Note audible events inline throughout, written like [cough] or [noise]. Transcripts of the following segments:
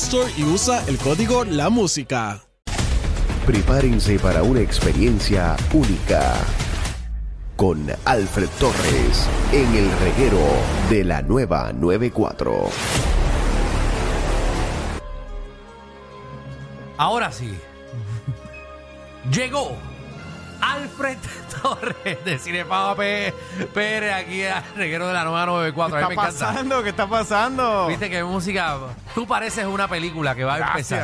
Store y usa el código La Música. Prepárense para una experiencia única con Alfred Torres en el reguero de la nueva 94. Ahora sí. [laughs] Llegó Alfred [laughs] Torres de Cinepava P- PR aquí al reguero de la nueva 94. A ¿Qué mí está me encanta. pasando? ¿Qué está pasando? Viste que música. Tú pareces una película que va a empezar.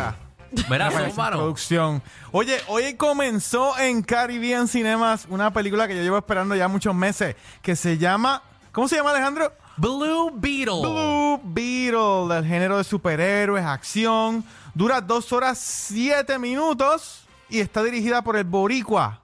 Gracias. Verás, Parece humano. Producción. Oye, hoy comenzó en Caribbean Cinemas una película que yo llevo esperando ya muchos meses que se llama. ¿Cómo se llama, Alejandro? Blue Beetle. Blue Beetle, del género de superhéroes, acción. Dura 2 horas 7 minutos y está dirigida por el Boricua,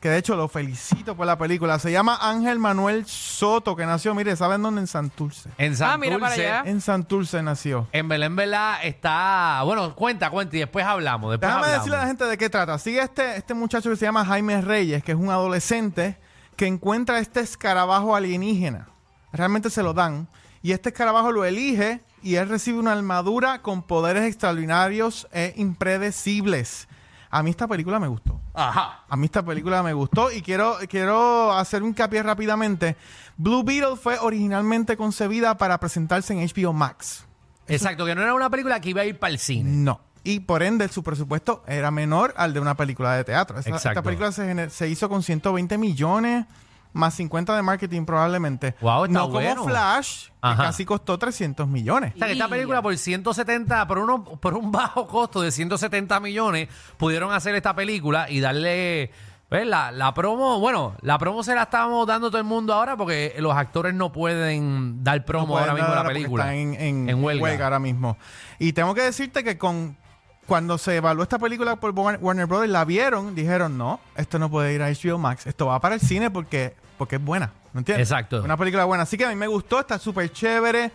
que de hecho lo felicito por la película. Se llama Ángel Manuel Soto, que nació, mire, ¿saben dónde? En Santurce. En Ah, mira para Santurce. allá. En Santurce nació. en Belén Vela está. Bueno, cuenta, cuenta y después hablamos. Después Déjame hablamos. decirle a la gente de qué trata. Sigue este, este muchacho que se llama Jaime Reyes, que es un adolescente que encuentra este escarabajo alienígena. Realmente se lo dan. Y este escarabajo lo elige y él recibe una armadura con poderes extraordinarios e impredecibles. A mí esta película me gustó. Ajá. A mí esta película me gustó y quiero, quiero hacer un hincapié rápidamente. Blue Beetle fue originalmente concebida para presentarse en HBO Max. Exacto, que no era una película que iba a ir para el cine. No. Y por ende, su presupuesto era menor al de una película de teatro. Esa- Exacto. Esta película se, gener- se hizo con 120 millones, más 50 de marketing probablemente. Guau, está no bueno. como Flash, Ajá. que casi costó 300 millones. O sea, que esta Y- película por 170, por, uno, por un bajo costo de 170 millones, pudieron hacer esta película y darle pues, la, la promo. Bueno, la promo se la estamos dando todo el mundo ahora porque los actores no pueden dar promo No pueden ahora mismo a dar la porque película. Está en, en En huelga. huelga. ahora mismo. Y tengo que decirte que con cuando se evaluó esta película por Warner Warner Brothers, la vieron, dijeron, no, esto no puede ir a HBO Max, esto va para el cine porque, porque es buena. ¿Me entiendes? Exacto. Una película buena. Así que a mí me gustó, está súper chévere,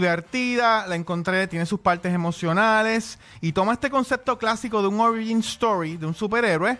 divertida, la encontré, tiene sus partes emocionales y toma este concepto clásico de un origin story, de un superhéroe,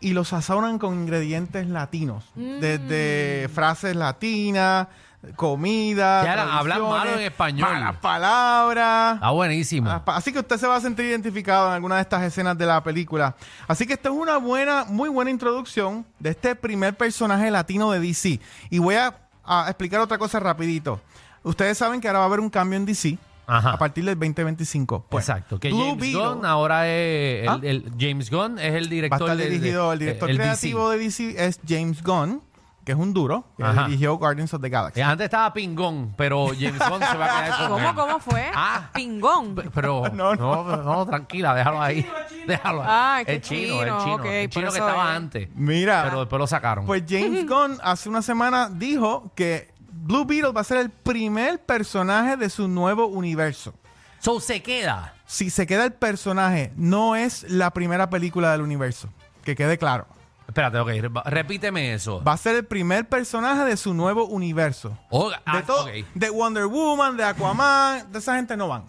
y los sazonan con ingredientes latinos. Desde frases latinas, comida. Ya la- hablan tradiciones, malo en español. Malas palabras. Está Ah, buenísimo. Las Ah, pa- Así que usted se va a sentir identificado en alguna de estas escenas de la película. Así que esta es una buena, muy buena introducción de este primer personaje latino de DC. Y voy a, a explicar otra cosa rapidito. Ustedes saben que ahora va a haber un cambio en DC Ajá. a partir del 2025. Pues, Exacto. Que Blue James Beetle Gunn ahora es. el- ¿Ah? el- James Gunn es el va a director. estar del- eh, dirigido, el director el DC. creativo de DC es James Gunn, que es un duro, que Ajá. dirigió Guardians of the Galaxy. Eh, Antes estaba Pingón, pero James Gunn se va a [laughs] quedar con ¿Cómo, él. cómo fue? Ah. Pingón. P- Pero no, [laughs] No, no, tranquila, déjalo ahí. [laughs] Déjalo ahí. Ah, es que el chino, el chino, chino. ok, el chino por que eso estaba es. Ah. antes. Mira. Pero después lo sacaron. Pues James Gunn hace una semana dijo que Blue Beetle va a ser el primer personaje de su nuevo universo. so se queda. Si se queda el personaje, no es la primera película del universo. Que quede claro. Espérate, ok, re- repíteme eso. Va a ser el primer personaje de su nuevo universo. Oh, ah, de todo, ok. de Wonder Woman, de Aquaman, de esa gente no van.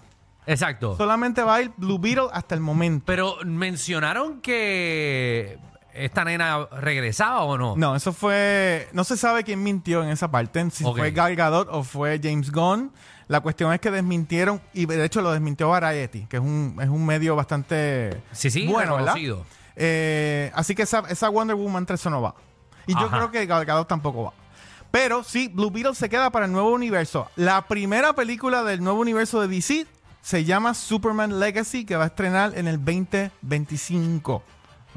Exacto. Solamente va a ir Blue Beetle hasta el momento. Pero mencionaron que esta nena regresaba o no. No, eso fue. No se sabe quién mintió en esa parte, si Ok. fue Gal Gadot o fue James Gunn. La cuestión es que desmintieron, y de hecho lo desmintió Variety, que es un, es un medio bastante Sí, sí, bueno, ¿verdad? reconocido. Eh, así que esa, esa Wonder Woman 3 no va. Y yo Ajá. creo que Gal Gadot tampoco va. Pero sí, Blue Beetle se queda para el nuevo universo. La primera película del nuevo universo de DC se llama Superman Legacy, que va a estrenar en el 2025.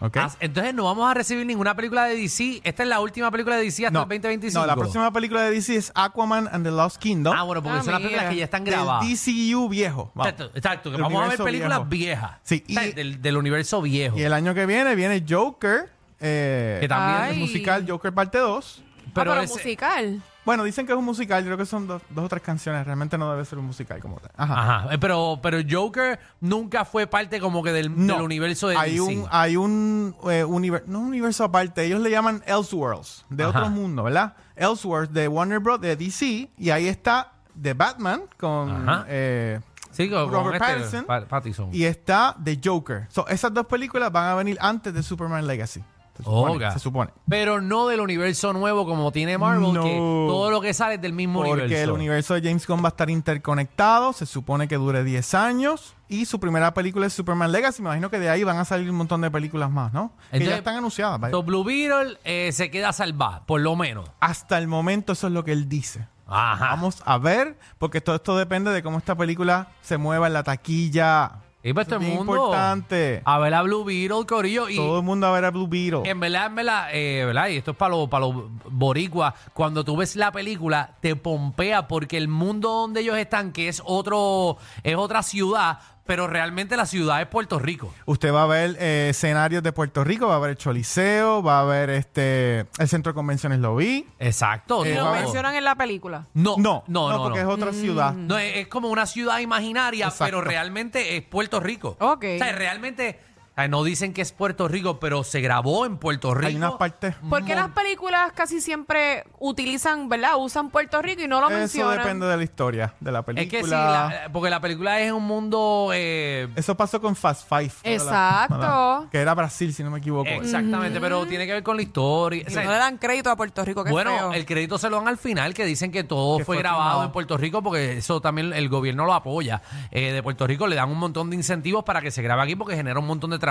¿Ok? Ah, Entonces no vamos a recibir ninguna película de DC. Esta es la última película de [laughs] DC hasta el 2025. no, la próxima película de DC es Aquaman and the Lost Kingdom. Ah, bueno, porque Ah, son las películas mira. que ya están del grabadas. DCU viejo. Vamos. Exacto, exacto, que Del vamos a ver universo películas viejo. viejas. Sí, O sea, y- del, del universo viejo. Y el año que viene viene Joker, eh, Que también el Ay. Ah, musical Joker parte 2. Pero, ese- musical. Bueno, dicen que es un musical, yo creo que son dos, dos o tres canciones, realmente no debe ser un musical como tal. Ajá. Ajá, eh, pero, pero Joker nunca fue parte como que del, No. del universo de hay DC. un ah, hay un eh, univer- no un universo aparte ellos le llaman Elseworlds de Ajá. otro mundo verdad Elseworlds de Warner Bros de DC y ahí está The Batman Ajá. con eh, sí, con, con Robert este, Pattinson. Pa- Pattinson. y está The Joker so, esas dos películas van a venir antes de Superman Legacy se supone, Oga. se supone. Pero no del universo nuevo como tiene Marvel, No. que todo lo que sale es del mismo porque universo. el universo de James Gunn va a estar interconectado se supone que dure 10 años y su primera película es Superman Legacy me imagino que de ahí van a salir un montón de películas más ¿no? que ya Entonces, están anunciadas vaya. So, Blue Beetle eh, se queda salvada, por lo menos. hasta el momento eso es lo que él dice Ajá. Vamos a ver, porque todo esto depende de cómo esta película se mueva en la taquilla. Y pues Eso todo es el bien mundo. importante. A ver a Blue Beetle, Corillo. Y Todo el mundo a ver a Blue Beetle. en verdad, en verdad, eh, ¿verdad? Y esto es para los para los boricuas. Cuando tú ves la película, te pompea porque el mundo donde ellos están, que es otro, es otra ciudad, pero realmente la ciudad es Puerto Rico. Usted va a ver eh, escenarios de Puerto Rico, va a ver el Choliseo, va a ver este el Centro de Convenciones lo vi. Exacto. Eh, todo. Lo vamos. mencionan en la película. no, No, no, no, no. porque es otra ciudad. No, es, es como una ciudad imaginaria, Exacto. pero realmente es Puerto Rico. Ok. O sea, realmente ay, no dicen que es Puerto Rico, pero se grabó en Puerto Rico. Hay unas partes. ¿Por qué las películas casi siempre utilizan, ¿verdad? Usan Puerto Rico y no lo Eso mencionan. depende de la historia, de la película. Es que sí, la- porque la película es un mundo. eh, Eso pasó con Fast Five. ¿no? Exacto. La- la- que era Brasil, si no me equivoco. exactamente, pero tiene que ver con la historia. O Y sea, no le dan crédito a Puerto Rico, qué bueno, feo. el crédito se lo dan al final, que dicen que todo Que fue fue grabado filmado. en Puerto Rico, porque eso también el gobierno lo apoya. Eh, de Puerto Rico le dan un montón de incentivos para que se grabe aquí, porque genera un montón de trabajo.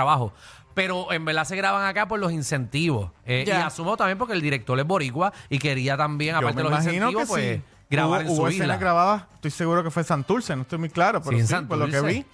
Pero en verdad se graban acá por los incentivos. Eh, Ya. Y asumo también porque el director es boricua y quería también, Yo aparte me de los imagino incentivos, que pues sí. grabar hubo, en hubo su escenas isla. grabadas, estoy seguro que fue en Santurce, no estoy muy claro, pero Sí, en sí, por lo que Santurce. vi.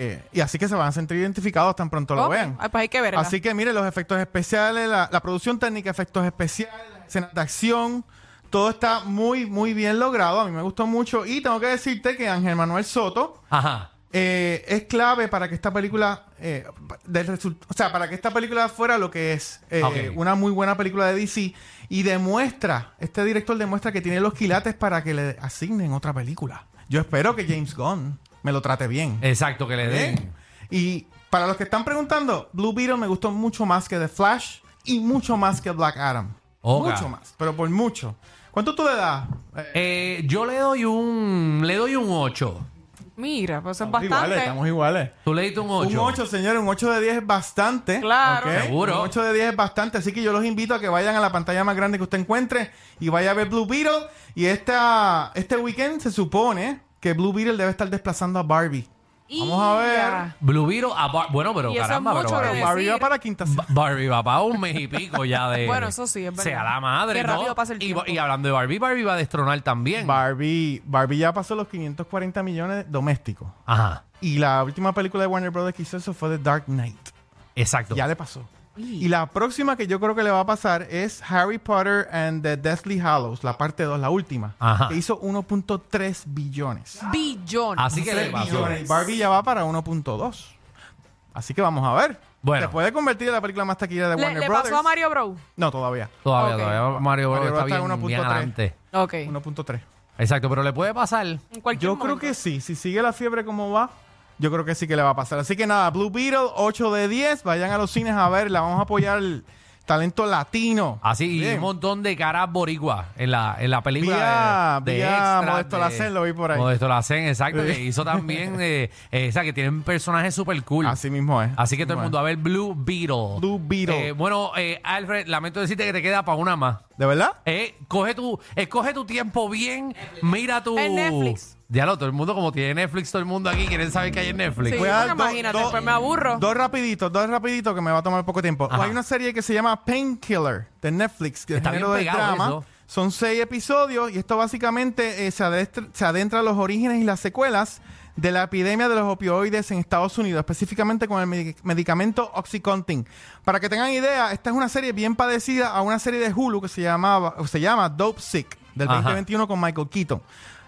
Eh, y así que se van a sentir identificados tan pronto lo Ok. vean. Ay, pues hay que verla. Así que mire, los efectos especiales, la, la producción técnica, efectos especiales, escenas de acción, todo está muy, muy bien logrado. A mí me gustó mucho. Y tengo que decirte que Ángel Manuel Soto Ajá. eh, es clave para que esta película, eh, del result- o sea, para que esta película fuera lo que es eh, Ah, Ok. una muy buena película de DC. Y demuestra, este director demuestra que tiene los quilates para que le asignen otra película. Yo espero que James Gunn me lo trate bien. Exacto, que le den. ¿Eh? Y para los que están preguntando, Blue Beetle me gustó mucho más que The Flash y mucho más que Black Adam. Oga. Mucho más, pero por mucho. ¿Cuánto tú le das? Eh, Eh, yo le doy un le doy un 8. Mira, pues es estamos bastante. iguales, estamos iguales. Tú le diste un 8. Un 8, señores, un 8 de 10 es bastante. Claro. ¿ok? Seguro. Un 8 de 10 es bastante, así que yo los invito a que vayan a la pantalla más grande que usted encuentre y vaya a ver Blue Beetle. Y esta, este weekend se supone que Blue Beetle debe estar desplazando a Barbie. Vamos a ver. Blue Beetle a Bar- bueno, pero Y eso es caramba, mucho pero Barbie, que decir. Barbie va para quinta Ba- Barbie va para un mes y pico ya de [laughs] Bueno, eso sí, es verdad. Sea la madre, Qué ¿no? rápido pasa el Y- tiempo. Y, hablando de Barbie, Barbie va a destronar también. Barbie, Barbie ya pasó los 540 millones domésticos. Ajá. Y la última película de Warner Brothers que hizo eso fue The Dark Knight. Exacto. Ya le pasó. Y la próxima que yo creo que le va a pasar es Harry Potter and the Deathly Hallows, la parte 2, la última, Ajá. que hizo 1.3 billones. Billón. Así que le pasó. Billones. Barbie ya va para 1.2. Así que vamos a ver. Bueno. Se puede convertir en la película más taquilla de Le, Warner le Brothers. pasó a Mario Bros. No, todavía. Todavía, Ok. todavía Mario Bros Mario Bros está está en bien, bien 1.3. adelante. Ok. 1.3. Exacto, pero le puede pasar. En cualquier Yo creo momento. que sí. Si sigue la fiebre como va, yo creo que sí que le va a pasar. Así que nada, Blue Beetle, 8 de 10. Vayan a los cines a verla. Vamos a apoyar el talento latino. Así, y Bien. un montón de caras boriguas en la, en la película Vía- de, de vía extras, Modesto de- Lacén, lo vi por ahí. Modesto Lacén, exacto, que Sí. hizo también, eh, eh, o sea, que tienen personajes súper cool. Así mismo es. Así que todo el mismo mundo, a ver, Blue Beetle. Blue Beetle. Eh, bueno, eh, Alfred, lamento decirte que te queda para una más. es. ¿De verdad? Eh, coge tu, escoge tu tiempo bien, mira tu... En Netflix. Diablo, todo el mundo, como tiene Netflix, todo el mundo aquí, quieren saber que hay en Netflix. Sí, Voy a porque dar dos- imagínate, dos- después me aburro. Dos rapiditos, dos rapiditos que me va a tomar poco tiempo. Ajá. Hay una serie que se llama Painkiller de Netflix, que es Está bien género de pegado drama. eso. Son seis episodios y esto básicamente eh, se, adestra- se adentra a los orígenes y las secuelas de la epidemia de los opioides en Estados Unidos, específicamente con el medi- medicamento Oxycontin. Para que tengan idea, esta es una serie bien padecida a una serie de Hulu que se, llamaba, o se llama Dope Sick, del Ajá. 2021 con Michael Keaton.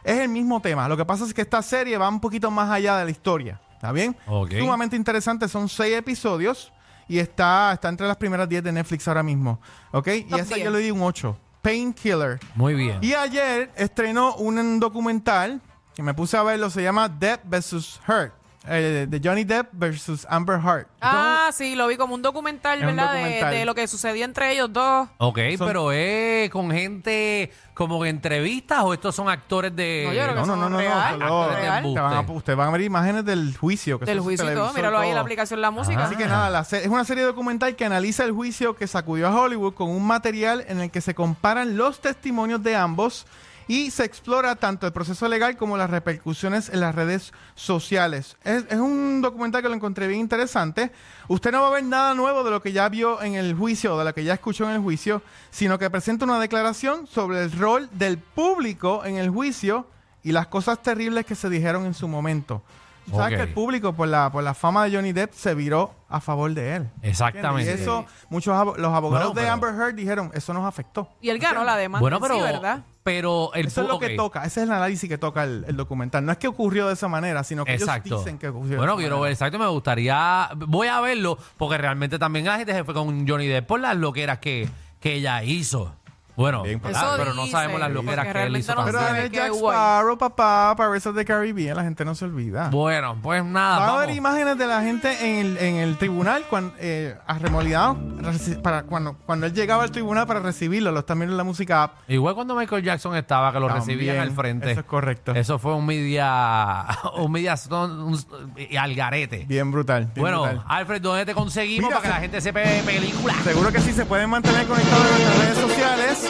Es el mismo tema. Lo que pasa es que esta serie va un poquito más allá de la historia. ¿Está bien? Ok. Sumamente interesante. Son seis episodios y está, está entre las primeras 10 de Netflix ahora mismo. ¿Ok? Y Top esa 10. yo le di un 8. Painkiller. Muy bien. Y ayer estrenó un documental que me puse a verlo. Se llama Depp vs. Hurt. eh, de Johnny Depp versus Amber Heard. Ah, sí, lo vi como un documental, Es un ¿verdad? De- documental. De, lo que sucedió entre ellos dos. Ok, Son- pero es con gente como que entrevistas o estos son actores de... No, yo creo que No, no, no, no, no, real, solo- actores de te embuste. van a- Ustedes van a ver imágenes del juicio. Que Del eso se juicio y todo. televisó Míralo ahí en la todo. aplicación La Música. Así que nada, la se- es una serie documental que analiza el juicio que sacudió a Hollywood con un material en el que se comparan los testimonios de ambos y se explora tanto el proceso legal como las repercusiones en las redes sociales. Es, es un documental que lo encontré bien interesante. Usted no va a ver nada nuevo de lo que ya vio en el juicio o de lo que ya escuchó en el juicio, sino que presenta una declaración sobre el rol del público en el juicio y las cosas terribles que se dijeron en su momento. Tú ¿Sabes Ok. que el público por la, por la fama de Johnny Depp se viró a favor de él. Exactamente. ¿Entiendes? Y eso, muchos abo- los abogados Bueno, de pero- Amber Heard dijeron, eso nos afectó. Y él ganó la demanda. Bueno, en pero... Sí, ¿verdad? Pero el Eso es pu- lo ok. que toca, ese es el análisis que toca el, el documental. No es que ocurrió de esa manera, sino que Exacto. ellos dicen que ocurrió. de bueno, esa quiero ver, manera. exacto, me gustaría, voy a verlo, porque realmente también hay gente se fue con Johnny Depp por las loqueras que, que ella hizo. Bueno, Bien, ¿verdad? Eso pero no dicen, sabemos las porque loqueras que él realmente hizo no Pero sé. también. sabe. dale que Jack guay. Sparrow, papá, Pirates de Caribbean, la gente no se olvida. Bueno, pues nada, Va a haber vamos. imágenes de la gente en el, en el tribunal cuando, eh, arremolidado reci- para cuando, cuando él llegaba al tribunal para recibirlo. Los también en la música app. Igual cuando Michael Jackson estaba, que lo También, recibían al frente. Eso es correcto. Eso fue un media, [laughs] un media stone, un- y al garete. Bien brutal. bien bueno, brutal. Alfred, ¿dónde te conseguimos Mira, para que la se- gente sepa de películas? Seguro que sí, se pueden mantener conectados en nuestras redes sociales.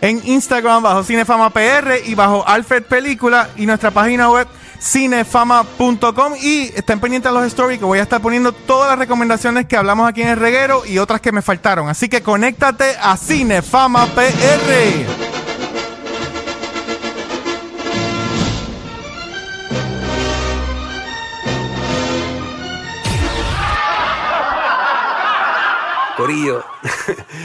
En Instagram bajo Cinefama PR y bajo Alfred Película y nuestra página web cinefama.com y estén pendientes a los stories que voy a estar poniendo todas las recomendaciones que hablamos aquí en el reguero y otras que me faltaron. Así que conéctate a Cinefama PR. Corillo, [laughs]